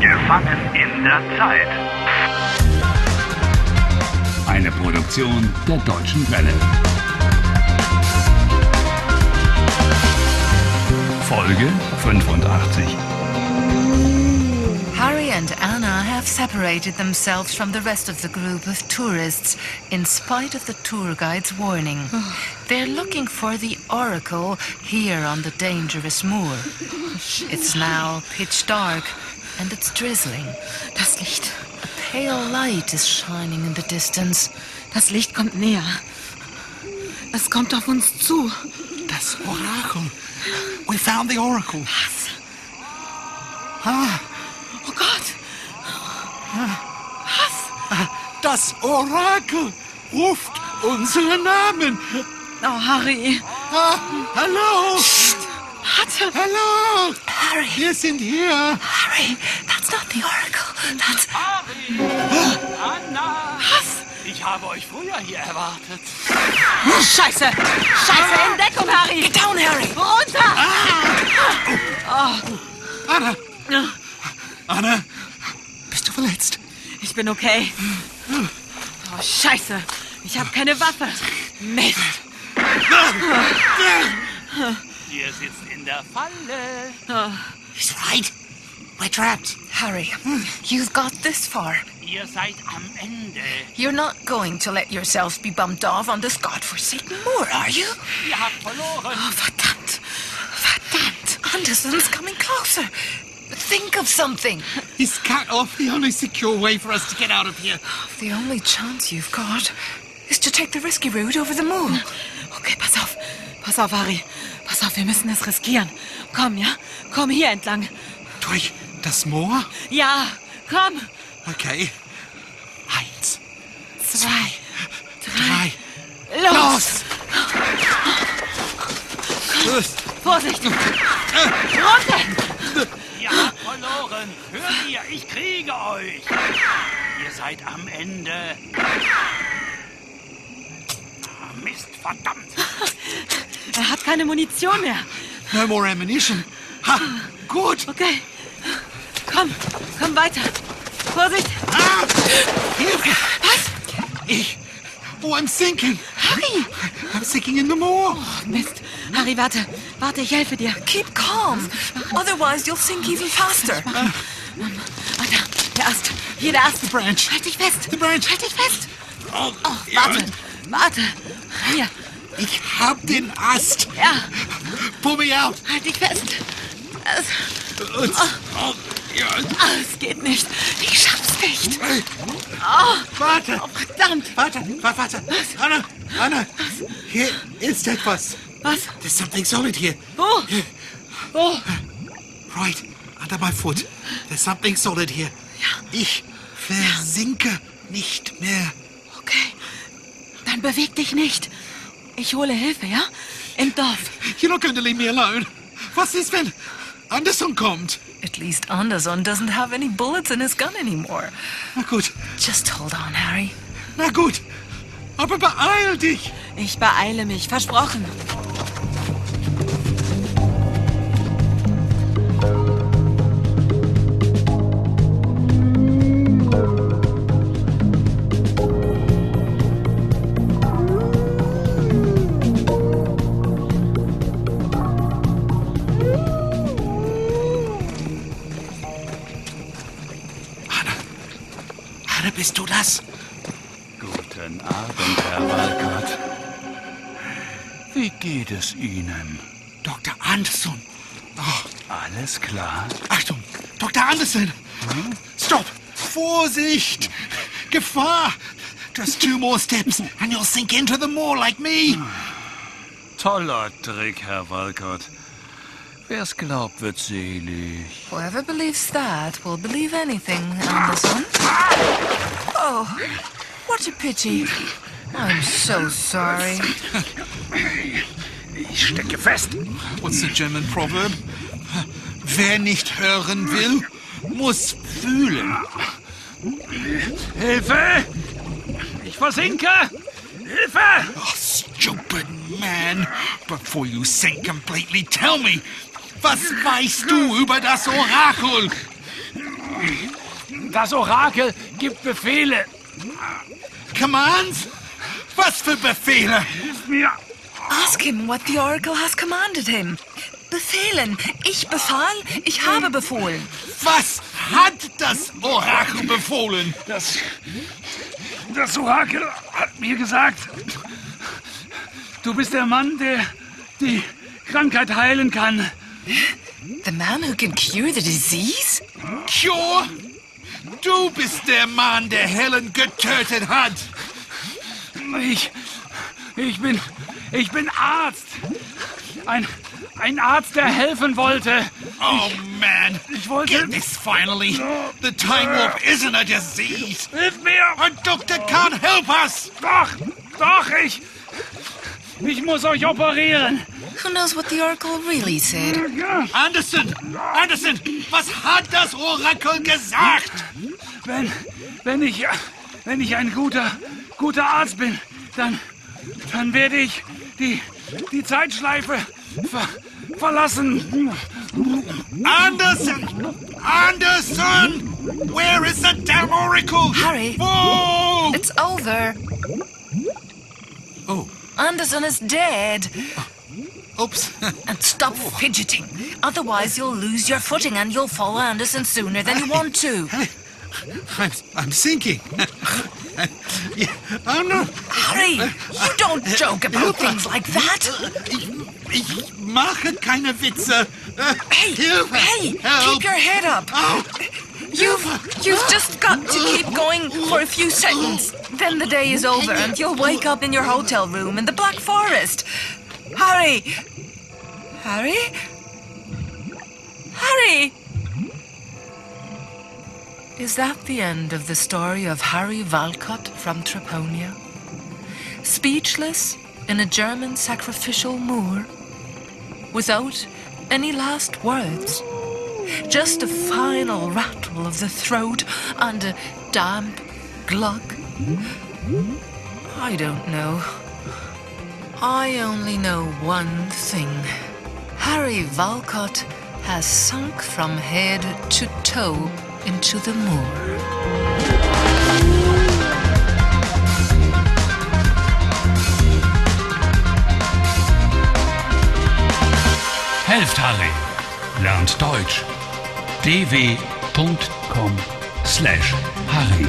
Gefangen in der Zeit. Eine Produktion der Deutschen Welle. Folge 85. Harry and Anna have separated themselves from the rest of the group of tourists in spite of the tour guide's warning. They're looking for the oracle here on the dangerous moor. It's now pitch dark and it's drizzling. Das Licht. A pale light is shining in the distance. Das Licht kommt näher. Es kommt auf uns zu. Das Orakel. We found the Oracle. Ah, Oh Gott! Was? Ah. das Orakel ruft unsere Namen. Oh, Harry. Ah, hallo, Warte! hallo. Harry! Wir sind hier. Harry! That's not the Oracle. That's. Harry! Anna! Ich habe euch früher hier erwartet. Ah, Scheiße! Scheiße! Ah. Entdeckung, Harry! Get down, Harry! Ah. Runter! Anna. Anna, bist du verletzt? Ich bin okay. Ah. Oh, Scheiße! Ich habe keine Waffe. Mist! Ihr sitzt in der Falle. He's right. We're trapped. Harry, you've got this far. Ihr seid am Ende. You're not going to let yourselves be bumped off on this godforsaken moor, are you? Ihr habt verloren. Oh, verdammt! Verdammt! Anderson's coming closer. Think of something. He's cut off the only secure way for us to get out of here. The only chance you've got is to take the risky route over the moon. Okay, pass auf. Pass auf, Harry. Pass auf, wir müssen es riskieren. Komm, ja? Komm hier entlang. Durch das Moor? Ja, komm. Okay. Eins, Zwei, drei, los. los! Vorsicht. Runter. Ihr habt verloren. Hört ihr, ich kriege euch. Ihr seid am Ende. Ah, Mist, verdammt. Er hat keine Munition mehr. No more ammunition. Ha, gut. Okay. Komm, komm weiter. Vorsicht. Ah! Hilfe! Was? Ich. Oh, I'm sinking. Harry. I'm sinking in the moor. Mist. Harry, warte. Warte, ich helfe dir. Keep calm, otherwise you'll sink even faster. Ah, da, der Ast. Hier, der Ast. The branch. Halt dich fest. The branch. Halt dich fest. Oh, Warte. Warte. Hier. Ich hab den Ast. Ja, Pull me out. halt dich fest. Es, Oh, ja. ah, es geht nicht. Ich schaff's nicht. Warte. Oh, verdammt. Warte. Warte. Warte. Anna. Anna. Hier ist etwas. Was? Oh. There's something solid here. Wo? Wo? Right. Under my foot. There's something solid here. Ich versinke nicht mehr. Okay. Dann beweg dich nicht. Ich hole Hilfe, ja? Im Dorf. You're not going to leave me alone. Was ist, wenn Anderson kommt? At least Anderson doesn't have any bullets in his gun anymore. Na gut. Just hold on, Harry. Na gut, aber beeil dich! Ich beeile mich, versprochen. Anna, Anna, bist du das? Guten Abend, Herr Walcott. Wie geht es Ihnen? Dr. Anderson. Oh, Alles klar? Achtung, Dr. Anderson! Stop! Vorsicht! Gefahr! Just two more steps and you'll sink into the moor like me! Toller Trick, Herr Walcott. Wer's glaubt, wird selig. Whoever believes that will believe anything, Anderson. Oh, what a pity. I'm so sorry. Ich stecke fest. What's the German proverb? Wer nicht hören will, muss fühlen. Hilfe! Ich versinke! Hilfe! Oh, stupid man! Before you sink completely, tell me, was weißt du über das Orakel? Das Orakel gibt Befehle. Commands? Was für Befehle? Ask him what the Oracle has commanded him. Befehlen. Ich befahl, ich habe befohlen. Was hat das Orakel befohlen? Das, das Orakel hat mir gesagt, du bist der Mann, der die Krankheit heilen kann. The man who can cure the disease? Cure? Du bist der Mann, der Helen getötet hat. Ich, ich bin, ich bin Arzt. Ein, ein Arzt, der helfen wollte. Oh man, Ich wollte- get this finally. The time warp isn't a disease. Hilf mir! Our doctor can't help us. Doch, doch, ich, ich muss euch operieren. Who knows what the Oracle really said? Anderson, Anderson, was hat das Orakel gesagt? Wenn, wenn ich, wenn ich ein guter, guter Arzt bin, dann, dann werde ich die, die Zeitschleife ver, verlassen. Anderson! Anderson! Where is the damn oracle? Harry. Whoa! It's over. Oh. Anderson is dead. Oops. And stop fidgeting. Otherwise, you'll lose your footing and you'll follow Anderson sooner than you want to. I'm, I'm sinking. yeah. Oh no. Harry, you don't joke about things like that. Ich, ich mache keine Witze. Äh, Hey, Hilfe! hey, Help! keep your head up. Oh, You've, you've just got to keep going for a few seconds. Then the day is over and you'll wake up in your hotel room in the Black Forest. Harry! Harry? Harry! Is that the end of the story of Harry Walcott from Treponia? Speechless in a German sacrificial moor? Without any last words? Just a final rattle of the throat and a damp glug. I don't know. I only know one thing. Harry Walcott has sunk from head to toe into the moor. Helft Harry. Lernt Deutsch. dw.com slash Harry.